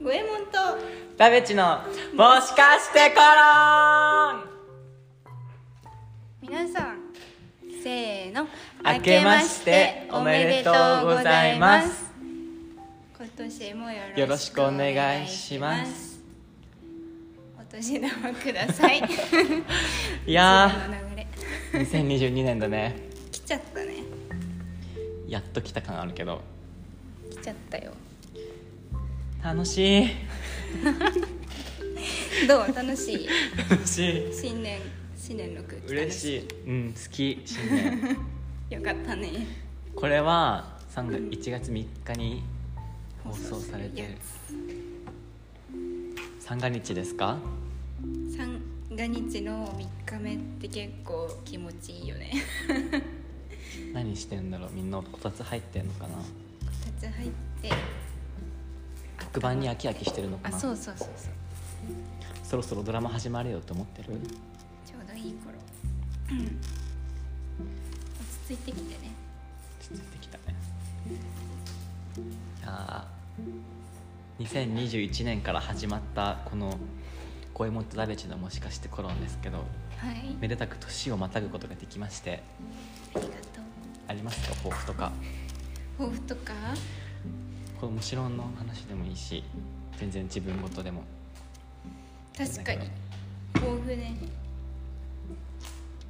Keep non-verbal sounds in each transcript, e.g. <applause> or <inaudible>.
五右衛門とラベチの「もしかしてコロン」皆さんせーの明けましておめでとうございます今年もよよろろししくくおお願願いいししまますすお年玉くださいいやいつもの流れー2022年だね来ちゃったねやっと来た感あるけど来ちゃったよ楽しいどう楽しい楽しい新年新年の空気嬉しいいうん好き新年よかったねこれは3月1月3日に放送されてるや三が日ですかつ三が日の三日目って結構気持ちいいよね <laughs> 何してんだろうみんなこたつ入ってんのかな立ち入って黒板に飽き飽きしてるのかあなそうそうそうそうそろそろドラマ始まるよって思ってるちょうどいい頃、 <coughs> うん落ち着いてきてねついてきたねいやー2021年から始まったこの「声もとラベチのもしかしてコロン」ですけどはいあめでたく年をまたぐことができましてりがとありますか抱負とかう抱負とかこれもちろんの話でもいいし全然自分事でも確かに抱負ね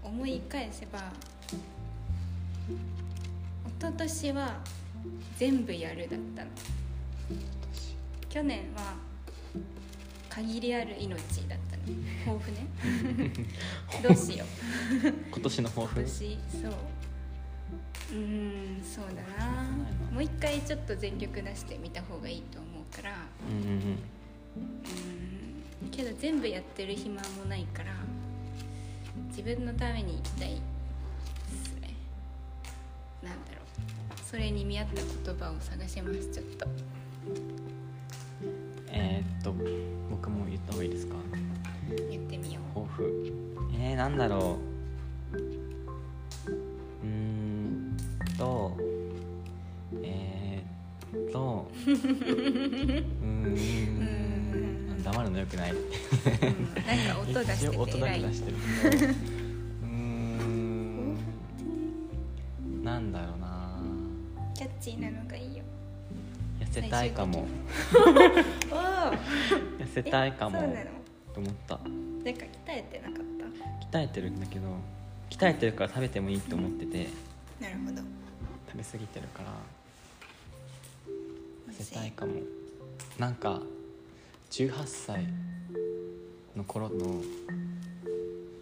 思い返せば一昨年は全部やるだったの去年は限りある命だったの抱負ね <laughs> どうしよう今年の抱負今年そううーんそうだなないなもう一回ちょっと全力出してみた方がいいと思うからうんうんうんうーんけど全部やってる暇もないから自分のために行きたいですねなんだろうそれに見合った言葉を探しますちょっとえー、っと僕も言った方がいいですか言ってみよ抱負えー、なんだろううーんとえー、っとうーううんん黙るのよくないうんなんか音出して一応音てだ偉けい出してるけどうーんなんだろうなキャッチーなのがいいよ痩せたいかもおお痩せたいかもそうなのと思ったなんか鍛えてなかっ鍛えてるんだけど鍛えてるから食べてもいいと思っててたなるほど食べ過ぎてるから痩せたいかもなんか18歳の頃の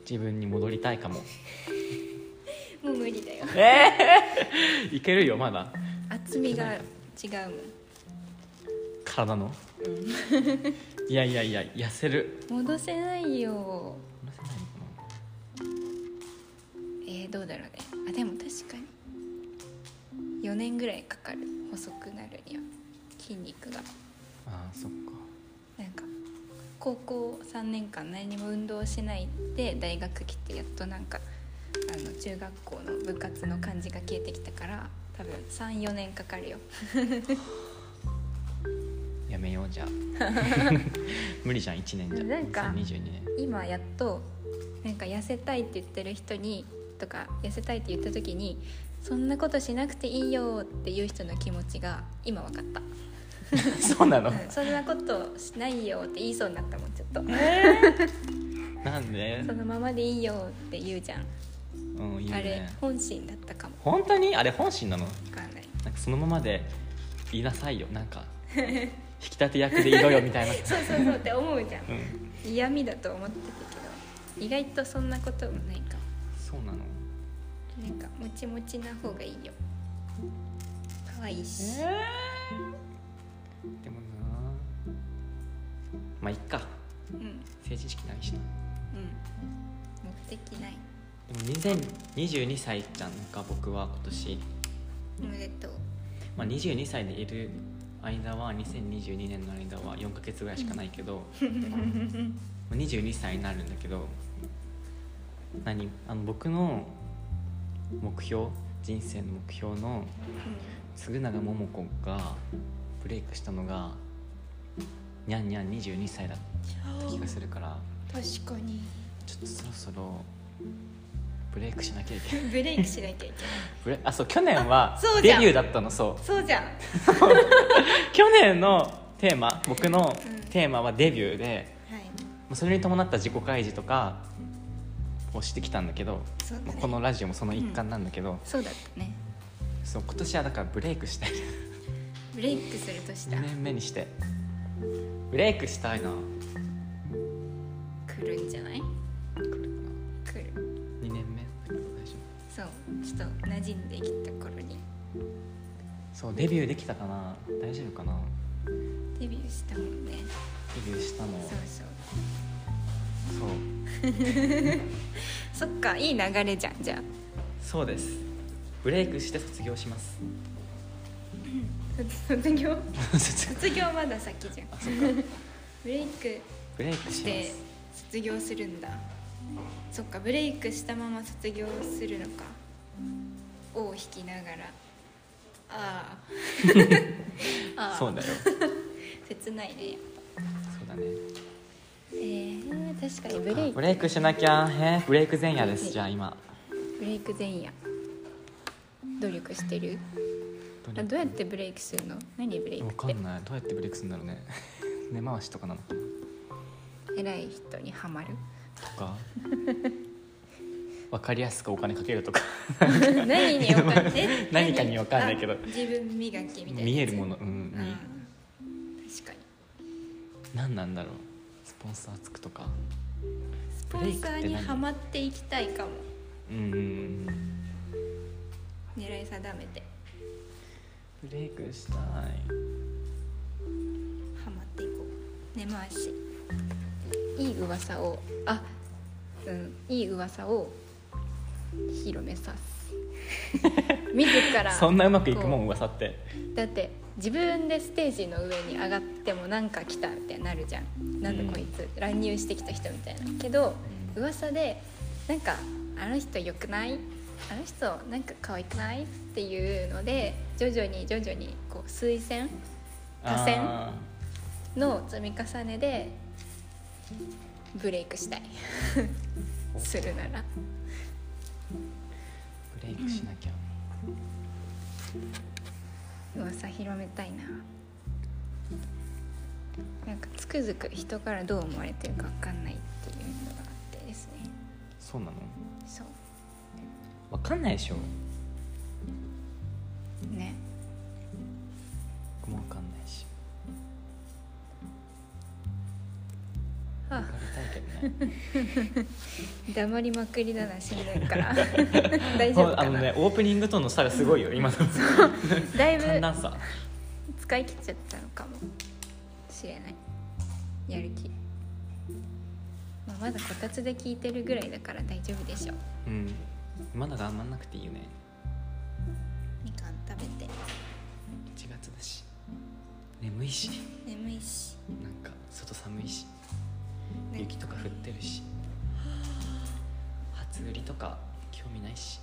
自分に戻りたい <laughs> かももう無理だよええいけるよまだ厚みが違う体のいやいやいや痩せるもん戻せないよ痩せないのかなえー、どうだろうねあでも確かに4年ぐらいかかる細くなるには筋肉があーそっかなんか高校3年間何も運動しないで大学来てやっとなんかあの中学校の部活の感じが消えてきたから多分34年かかるよやめようじゃ <laughs> あ無理じゃん1年じゃなんか2022年 <laughs> 今やっとなんか痩せたいって言ってる人にとか痩せたいって言った時にそんなことしなくていいよっていう人の気持ちが今分かった、そうなのうんそんなことしないよって言いそうになったもんちょっとなんでそのままでいいよって言うじゃんうんいいよあれね本心だったかも本当にあれ本心なの分かんないなんかそのままで言いなさいよ <laughs> なんか引き立て役でいろよみ <laughs> たいな、そうそうそうって思うじゃんうん、嫌味だと思ってたけど意外とそんなこともないかもそうなのなんかもちもちな方がいいよ可愛いしでもなまあいっかうん成人式ないしなうん目的ないでも2022歳じゃんか僕は今年、おめでとうまあ、22歳でいる間は2022年の間は4ヶ月ぐらいしかないけ <laughs> どまあ22歳になるんだけど何あの僕の目標人生の目標の嗣永桃子がブレイクしたのがにゃんにゃん22歳だった気がするから確かにちょっとそろそろブレイクしなきゃいけないブレイクしなきゃいけないブレあそう去年はあそうじデゃんビューだったのそうそうじゃん去年のテーマ僕のテーマはデビューで、はいまあそれに伴った自己開示とかをしてきたんだけど、そうだまあねこのラジオもその一環なんだけど、そうだったねそう今年はだからブレイクしたいブレイクするとしたら2年目にしてブレイクしたいな来るんじゃない来る2年目だから大丈そうちょっと馴染んできた頃に夫そうデビューできたかな大丈夫かなデビューしたもんねデビューしたのそうそうそうそっかいい流れじゃんじゃあそうですブレイクして卒業します <laughs> 卒卒業卒業卒業まだ先じゃんあそっかブレイクブレイクししまてす卒業するんだそっかブレイクしたまま卒業するのか尾を引きながらあ <laughs> あああそうだよ切ないねそうだねえー、確かにブレイブクレイクしなきゃへーブレイク前夜ですじゃあ今ブレイク前夜努力してるどあどうやってブレイクするの何ブレイクわっかてんないどうやってブレイクするんだろうね <laughs> 根回しとかなのかな偉い人にはま <laughs> るとかわかりやすくお金かけるとか何にお金え <laughs> 何かにわかんないけどあ自分磨きみたいなやつ見えるものううんん、確にかに何なんだろうスポンサーつくとかスポンサーにはまっていきたいかもうんうんうん狙い定めてブレイクしたいハマっていこう根回しいい噂をあうんいい噂を広めさ <laughs> す自らそんなうまくいくもこん噂ってうだって自分でステージの上に上がってもなんか来たみたいになるじゃんなんでこいつ、乱入してきた人みたいなけど噂でなんかあの人良くないあの人なんか可愛くないっていうので徐々に徐々にこう推薦多選あの積み重ねでブレイクしたいおするならーブレイクしなきゃ、噂広めたいななんかつくづく人からどう思われてるか分かんないっていうのがあってですねそうなのそうわかんないでしょね僕もわかんないしはわあかりたいけどね黙りまくりだな新年 <laughs> から <laughs> 大丈夫あかのな、ねオープニングとの差が <laughs> すごいよ今のだいぶ寒暖差使い切っちゃったのかもしれないやる気、まあ、まだこたつで聞いてるぐらいだから大丈夫でしょううんまだ頑張んなくていいよねみかん食べて1月だし眠いし眠いしなんか外寒いしなん雪とか降ってるし初売りとか興味ないし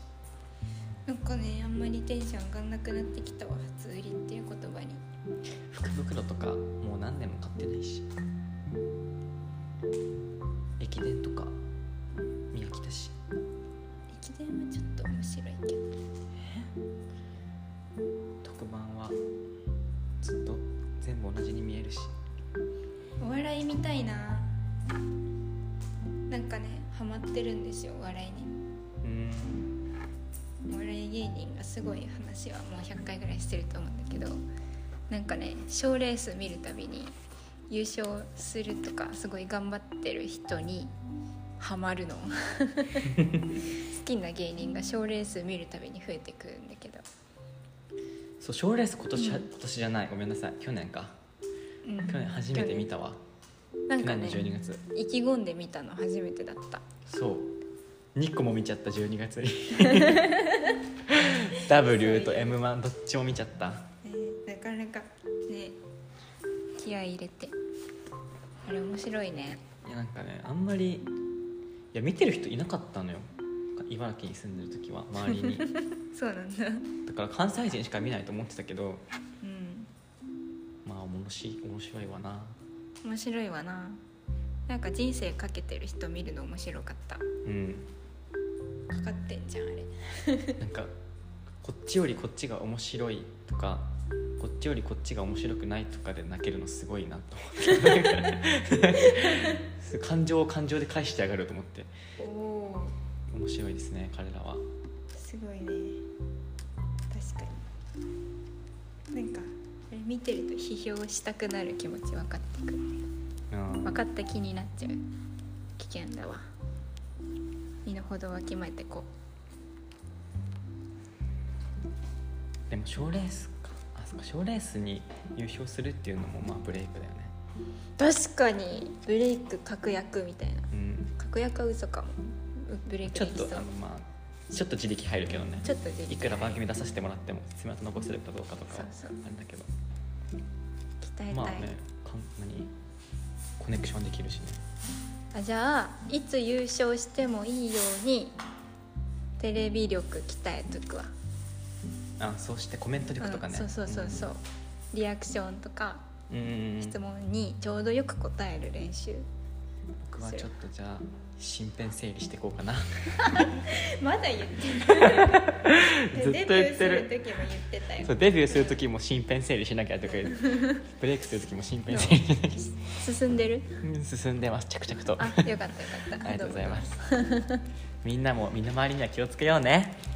なんかねあんまりテンション上がんなくなってきたわ初売りっていう言葉に福袋とかもう何年も買ってないし駅伝とか見飽きたし駅伝はちょっと面白いけど特番はずっと全部同じに見えるしお笑いみたいななんかねハマってるんですよお笑いにうんお笑い芸人がすごい話はもう100回ぐらいしてると思うんだけどなんかね賞ーレース見るたびに優勝するとかすごい頑張ってる人にハマ <laughs> るの好きな芸人が賞ーレース見るたびに増えてくるんだけどそう賞レース今年は、今年じゃないごめんなさい去年かうん去年初めて見たわな去んか年ねの12月意気込んで見たの初めてだったそう2個も見ちゃった12月に W と M1 どっちも見ちゃったなかなかね気合い入れてあれ面白いねいやなんかねあんまりいや見てる人いなかったのよ茨城に住んでる時は周りにそうなんだうだから関西人しか見ないと思ってたけどんまあ面白い面白いわな面白いわななんか人生かけてる人見るの面白かったうんかかってんじゃんあれなんかこっちよりこっちが面白いとかこっちよりこっちが面白くないとかで泣けるのすごいなと思って感情を感情で返してあがると思っておお面白いですね彼らはすごいね確かになんかあれ見てると批評したくなる気持ち分かってくるうん分かった気になっちゃう危険だわ身の程をわきまえてこでも賞レースかあそっか賞レースに優勝するっていうのもまあブレイクだよねう確かにブレイク確約みたいなうん確約は嘘かもうブレイクちょでっきそとうあのまあちょっと自力入るけどねちょっと自力いくら番組出させてもらっても爪痕残せるかどうかとかはそうそうあれだけど鍛えたい、まあねかん何コネクションできるしねあじゃあいつ優勝してもいいようにテレビ力鍛えとくわあそうしてコメント力とかね、うんそうそうそうそうリアクションとかうんうんうん質問にちょうどよく答える練習 <laughs> 僕はちょっとじゃあ身辺整理していこうかなまだ言って <laughs> る絶対言ってデビューするる時も言ってたよそうデビューする時も身辺整理しなきゃとか言う <laughs> ブレイクする時も身辺整理しなき進んでるゃうん進んでます着々と <laughs> あよかったよかったありがとうございますみんなも身の回りには気をつけようね